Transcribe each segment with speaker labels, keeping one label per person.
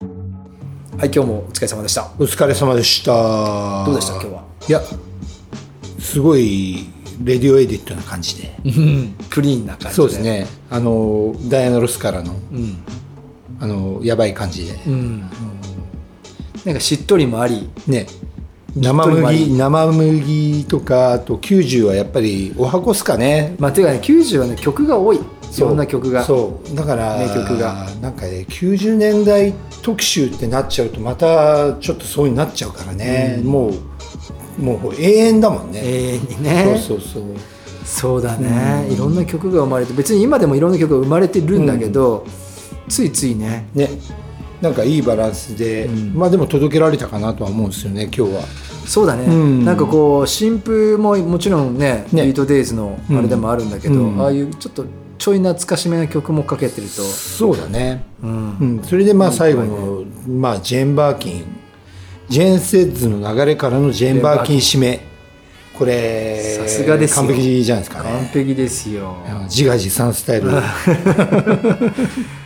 Speaker 1: はい、今日もお疲れ様でした。
Speaker 2: お疲れ様でした
Speaker 1: どうでした今日はい
Speaker 2: やすごいレディオエディットな感じで
Speaker 1: クリーンな感じで。
Speaker 2: そうです。ねあのダイアナ・ロスからのあのやばい感じで、
Speaker 1: うん。なんかしっとりもあり、
Speaker 2: ね生
Speaker 1: とり
Speaker 2: 麦生麦とかあと90はやっぱりおはこすかね
Speaker 1: まあ、ていうかね、90はね、曲が多い。いろんな曲が。
Speaker 2: そうだから
Speaker 1: 名曲が
Speaker 2: なんかね90年代特集ってなっちゃうとまたちょっとそうになっちゃうからね、
Speaker 1: うん
Speaker 2: もうもう永遠だもんね、
Speaker 1: 永遠にね。
Speaker 2: そうそうそう
Speaker 1: そうだね、いろんな曲が生まれて別に今でもいろんな曲が生まれてるんだけど、ついついね
Speaker 2: ねなんかいいバランスで、
Speaker 1: うん
Speaker 2: まあでも届けられたかなとは思うんですよね今日は
Speaker 1: そうだね、
Speaker 2: うん
Speaker 1: なんかこう新風ももちろんね
Speaker 2: ね
Speaker 1: ビートデイズのあれでもあるんだけど、
Speaker 2: うん
Speaker 1: ああいうちょっとちょい懐かしめな曲もかけてると、
Speaker 2: そうだね、
Speaker 1: うん
Speaker 2: うん、それでまあ最後の、まあ、ジェーン・バーキンジェーン・セッズの流れからのジェーン・バーキン締めこれ
Speaker 1: さすがですよ
Speaker 2: 完璧じゃないですか
Speaker 1: 完
Speaker 2: ね
Speaker 1: 璧ですよ、
Speaker 2: あの自画自賛ス タイル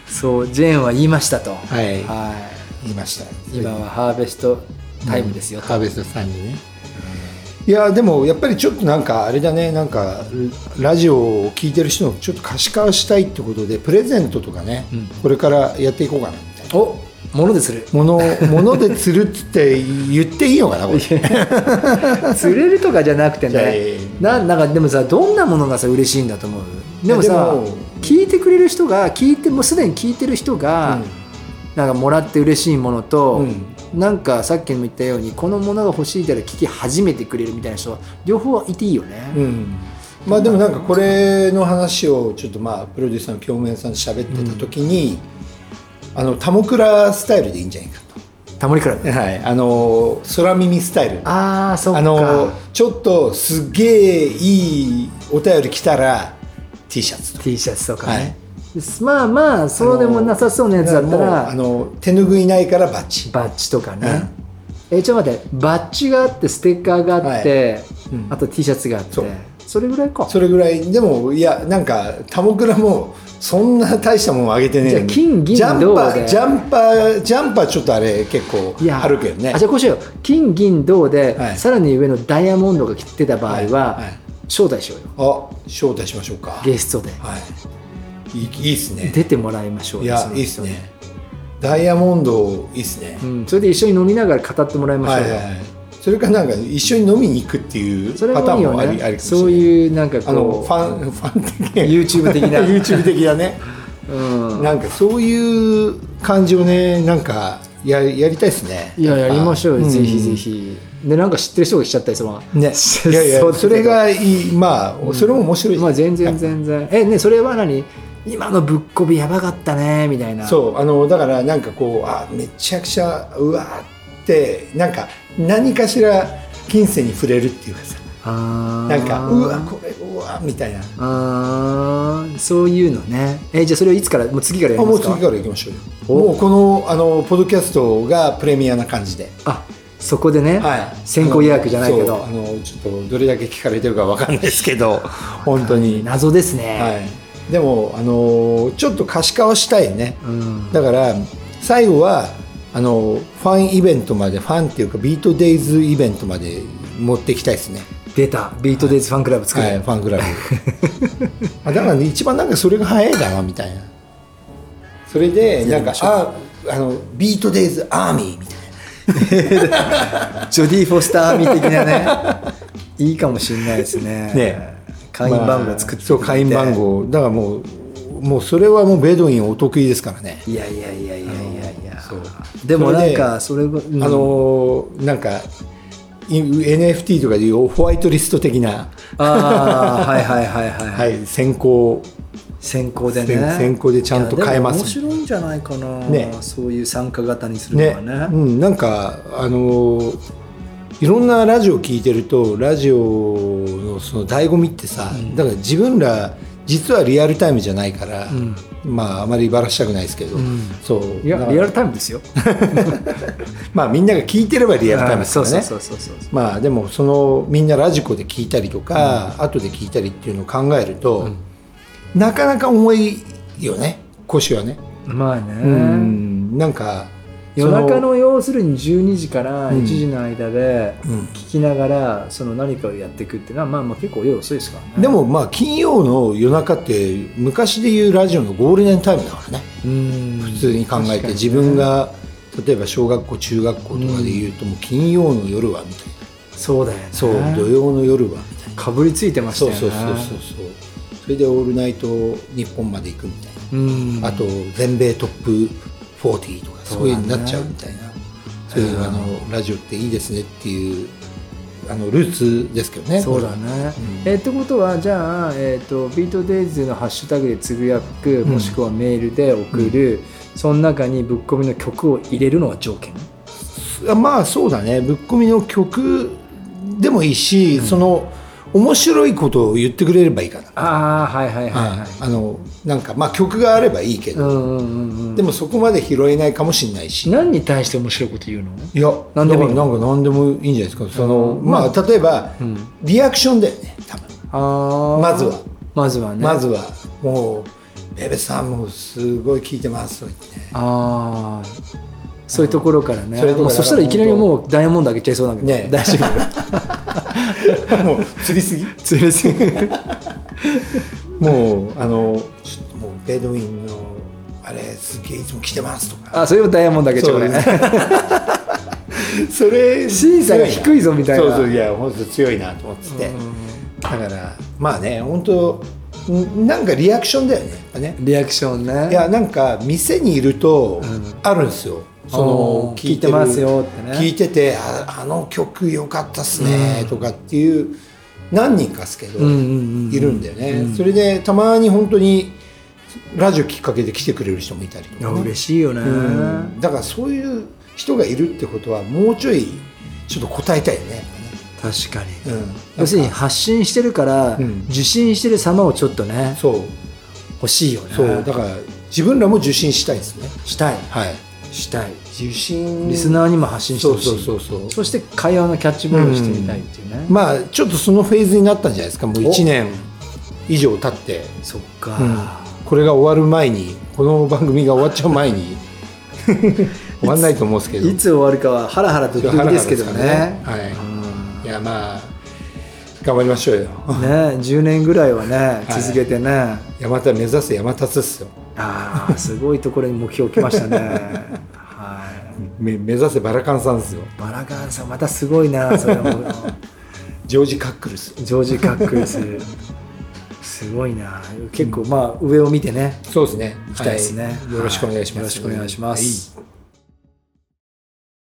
Speaker 1: そうジェーンは言いましたと
Speaker 2: はい
Speaker 1: は
Speaker 2: 言いました
Speaker 1: い今はハーベストタイムですよ、と
Speaker 2: ハーベストさんにねいやでもやっぱりちょっとなんかあれだねなんかラジオを聞いてる人のちょっと可視化したいってことでプレゼントとかね、
Speaker 1: うん
Speaker 2: これからやっていこうかなみたいな
Speaker 1: おものでする
Speaker 2: ものもので釣るっつって言っていいのかなこれ
Speaker 1: 釣れるとかじゃなくて
Speaker 2: いやい
Speaker 1: ね
Speaker 2: やいや
Speaker 1: ななんかでもさどんなものがさ嬉しいんだと思うでも
Speaker 2: いや
Speaker 1: さ
Speaker 2: でも
Speaker 1: 聞いてくれる人が聞いてもうすでに聞いてる人が、
Speaker 2: うん
Speaker 1: なんかもらって嬉しいものと、
Speaker 2: う
Speaker 1: なんかさっきも言ったようにこのものが欲しいから聞き始めてくれるみたいな人両方いていいよね、
Speaker 2: うんまあでもなんかこれの話をちょっとまあプロデューサーの京明さんと喋ってた時に、あのタモクラスタイルでいいんじゃないか
Speaker 1: タモリクラブ
Speaker 2: と、はい、あの空耳スタイル
Speaker 1: ああそっか
Speaker 2: あのちょっとすげえいいお便り来たら T シャツと
Speaker 1: T シャツとか
Speaker 2: は
Speaker 1: ね
Speaker 2: い、
Speaker 1: まあまあそうでもなさそうなやつだったら
Speaker 2: あの手ぬぐいないからバッチ
Speaker 1: バッジとかね、えちょっと待ってバッジがあってステッカーがあって、
Speaker 2: うん
Speaker 1: あと T シャツがあって
Speaker 2: そ
Speaker 1: そうれぐらいか
Speaker 2: それぐらいでもいやなんかタモクラもそんな大したもんあげてねえのに
Speaker 1: じゃあ金銀
Speaker 2: ジャンパ
Speaker 1: 銅
Speaker 2: ー
Speaker 1: で
Speaker 2: ジャンパージャンパーちょっとあれ結構
Speaker 1: いや
Speaker 2: あるけどね
Speaker 1: あじゃあこうしよう金銀銅で、
Speaker 2: はい
Speaker 1: さらに上のダイヤモンドが切ってた場合は、
Speaker 2: はいはい
Speaker 1: 招待しようよ
Speaker 2: あ招待しましょうか
Speaker 1: ゲストで
Speaker 2: はいいいいいっすね
Speaker 1: 出てもらいましょう
Speaker 2: い
Speaker 1: よ
Speaker 2: や
Speaker 1: その
Speaker 2: いいっ
Speaker 1: 人
Speaker 2: す
Speaker 1: に
Speaker 2: ねダイヤモンドいいっすね
Speaker 1: う、ん、それで一緒に飲みながら語ってもらいましょ
Speaker 2: は
Speaker 1: うよ、
Speaker 2: いはいはいそれかなんか一緒に飲みに行くっていう
Speaker 1: それ
Speaker 2: パタ
Speaker 1: もい
Speaker 2: ー
Speaker 1: い
Speaker 2: ン
Speaker 1: よ
Speaker 2: もあり,、あり
Speaker 1: ね
Speaker 2: かもしれない
Speaker 1: そういうなんかこう
Speaker 2: あのファンファン 的
Speaker 1: YouTube 的な
Speaker 2: YouTube 的なね
Speaker 1: うん、
Speaker 2: なんかそういう感じをねなんかややりたいですね
Speaker 1: いややりましょうよ、
Speaker 2: ん
Speaker 1: ぜひぜひでなんか知ってる人が来ちゃったりするわ
Speaker 2: ねいやいや
Speaker 1: そう
Speaker 2: それがいいまあそれも面白い
Speaker 1: まあ全然全然えねそれは何今のぶっこびやばかったねみたいなう
Speaker 2: そうあのだからなんかこうあめちゃくちゃうわーってなんか何かしら近世に触れるっていうかさ
Speaker 1: あー
Speaker 2: なんかうわこれうわみたいなあ
Speaker 1: あーそういうのねえじゃあそれをいつからもう次からやりま
Speaker 2: もう
Speaker 1: すか
Speaker 2: 次から行きましょう
Speaker 1: お
Speaker 2: よもうこのあのポッドキャストがプレミアな感じで
Speaker 1: あそこでね、
Speaker 2: はい、
Speaker 1: 先行予約じゃないけ
Speaker 2: そう
Speaker 1: ど
Speaker 2: あのちょっとどれだけ聞かれてるかわかんないですけ ど本当に、は
Speaker 1: 謎ですね、
Speaker 2: い、でもあのちょっと可視化をしたいね
Speaker 1: うん、
Speaker 2: だから最後はあのファンイベントまでファンっていうかビートデイズイベントまで持っていきたいですね、
Speaker 1: 出たビートデイズファンクラブ作る、
Speaker 2: はい、ファンクラブ あだから、ね、一番なんかそれが早いだなみたいなそれでなんかああのビートデイズアーミーみたいな
Speaker 1: ジョディ・フォスターみ的なね いいかもしれないですね
Speaker 2: ね
Speaker 1: 会員番号作ってくれて、
Speaker 2: まあそう会員番号だからもうもうそれはもうベドインお得意ですからね、
Speaker 1: いやいやいやいやいやいや
Speaker 2: そう
Speaker 1: でも
Speaker 2: そ
Speaker 1: な
Speaker 2: れ
Speaker 1: ん
Speaker 2: で
Speaker 1: かそれは、うん
Speaker 2: あのーなんかい NFT とかでいうホワイトリスト的な、
Speaker 1: あーはいはいはいはい、
Speaker 2: はい、選考
Speaker 1: 先行でね
Speaker 2: 先先行でちゃんと買えます
Speaker 1: いやでも面白いんじゃないかな、
Speaker 2: ね
Speaker 1: そういう参加型にする
Speaker 2: ね
Speaker 1: のはね
Speaker 2: うん、なんかあのーいろんなラジオ聞いてるとラジオのその醍醐味ってさ、だから自分ら実はリアルタイムじゃないから、
Speaker 1: ん
Speaker 2: まああまりバラしたくないですけど、
Speaker 1: ん
Speaker 2: そう
Speaker 1: いや
Speaker 2: だから
Speaker 1: リアルタイムですよ
Speaker 2: まあみんなが聞いてればリアルタイムです
Speaker 1: そ
Speaker 2: か
Speaker 1: う
Speaker 2: ら
Speaker 1: そう
Speaker 2: ね
Speaker 1: そうそうそう
Speaker 2: まあでもそのみんなラジコで聞いたりとか、後で聞いたりっていうのを考えると、なかなか重いよね腰はね。
Speaker 1: まあね、
Speaker 2: うんなんか
Speaker 1: 夜中の要するに12時から1時の間で
Speaker 2: うん
Speaker 1: 聞きながらその何かをやっていくっていうのはまあまあ結構夜遅いですからね
Speaker 2: でもまあ金曜の夜中って昔で言うラジオのゴールデンタイムだからね
Speaker 1: 普
Speaker 2: 普通に考えて自分が例えば小学校中学校とかで言うともう金曜の夜はみたいな
Speaker 1: そうだよね
Speaker 2: そう土曜の夜はみたいな
Speaker 1: かぶりついてました
Speaker 2: そ
Speaker 1: よね
Speaker 2: うそうそうそうそうそれで「オールナイト日本まで行くみたいな
Speaker 1: うん
Speaker 2: あと全米トップ40とかそういうのになっちゃうみたいなそう,、いうあのラジオっていいですねっていうあのルーツですけどね
Speaker 1: そうだね、えってことはじゃあ、えー、とビートデイズのハッシュタグでつぶやくもしくはメールで送る、その中にぶっ込みの曲を入れるのは条件
Speaker 2: あまあそうだねぶっ込みの曲でもいいし、その面白いことを言ってくれればいいかな、
Speaker 1: ああはいはいはいはい、
Speaker 2: あのなんかまあ曲があればいいけ
Speaker 1: う
Speaker 2: ど、
Speaker 1: んうんうんうん
Speaker 2: でもそこまで拾えないかもしれないし、
Speaker 1: 何に対して面白いこと言うの
Speaker 2: いや
Speaker 1: 何でもいい
Speaker 2: だからなんか何でもいいんじゃないですかその、
Speaker 1: うん
Speaker 2: まあ例えば、
Speaker 1: うん
Speaker 2: リアクションだよね多分
Speaker 1: あー
Speaker 2: まずは
Speaker 1: まずはね
Speaker 2: まずはもう「ベベさんもすごい聞いてます」とか言ってね
Speaker 1: ああそういうところからね
Speaker 2: そういうとこ
Speaker 1: も
Speaker 2: ろから
Speaker 1: うそしたらいきなりもうダイヤモンドあげちゃいそうなんだけど、
Speaker 2: ね
Speaker 1: 大丈夫
Speaker 2: もう釣りすぎ
Speaker 1: 釣れ すぎ
Speaker 2: もうあのちょっともうベドウィンのあれすげえいつも来てますとか
Speaker 1: あそれもダイヤモンドあげちゃうね
Speaker 2: それ
Speaker 1: 審査が低いぞみたいな
Speaker 2: そうそういや本当強いなと思ってて、だからまあね本当んなんかリアクションだよねやっぱね
Speaker 1: リアクションね
Speaker 2: いやなんか店にいると
Speaker 1: ん
Speaker 2: あるんですよ、その
Speaker 1: おー
Speaker 2: 聞
Speaker 1: 聞い
Speaker 2: いて
Speaker 1: て
Speaker 2: る
Speaker 1: ますよってね
Speaker 2: 聞いててああの曲良かったっすねとかっていう何人かっすけど、
Speaker 1: うんうんうん
Speaker 2: いるんだよね、それでたまに本当にラジオきっかけで来てくれる人もいたり
Speaker 1: い
Speaker 2: と
Speaker 1: や
Speaker 2: かね、
Speaker 1: 嬉しいよね、
Speaker 2: うんだからそういう人がいるってことはもうちょいちょっと答えたいよねやっ
Speaker 1: 確かに、
Speaker 2: ぱね、うん、
Speaker 1: 要するに発信してるから、
Speaker 2: うん
Speaker 1: 受信してる様をちょっとね
Speaker 2: そう
Speaker 1: 欲しいよね
Speaker 2: そうだから自分らも受信したいですね
Speaker 1: したい
Speaker 2: はい
Speaker 1: したい
Speaker 2: 受信
Speaker 1: リスナーにも発信して
Speaker 2: そ
Speaker 1: ほ
Speaker 2: う
Speaker 1: しい、
Speaker 2: そうそうそう
Speaker 1: そして会話のキャッチボールをしてみたいっていうね、
Speaker 2: まあちょっとそのフェーズになったんじゃないですかもう
Speaker 1: お
Speaker 2: 1年以上経って、
Speaker 1: そっか、
Speaker 2: これが終わる前にこの番組が終わっちゃう 前に終わんないと思うんですけど
Speaker 1: いつ終わるかはハラハラドキドキですけどね
Speaker 2: はい、いやまあ頑張りましょうよ
Speaker 1: うんね10年ぐらいはね
Speaker 2: はい
Speaker 1: 続けてね、
Speaker 2: 山田目指せ山達ですよ
Speaker 1: ああすごいところに目標きました ねはい
Speaker 2: め目指せバラカンさんですよ
Speaker 1: バラガールさんまたすごいな それも
Speaker 2: ジョージ・カックルス
Speaker 1: ジョージ・カックルスすごいな結構まあ上を見てね
Speaker 2: そうですね
Speaker 1: 行きたいですね
Speaker 2: はいよろしくお願いしま
Speaker 1: はいよ
Speaker 2: す、
Speaker 1: ろしくお願いします
Speaker 2: はい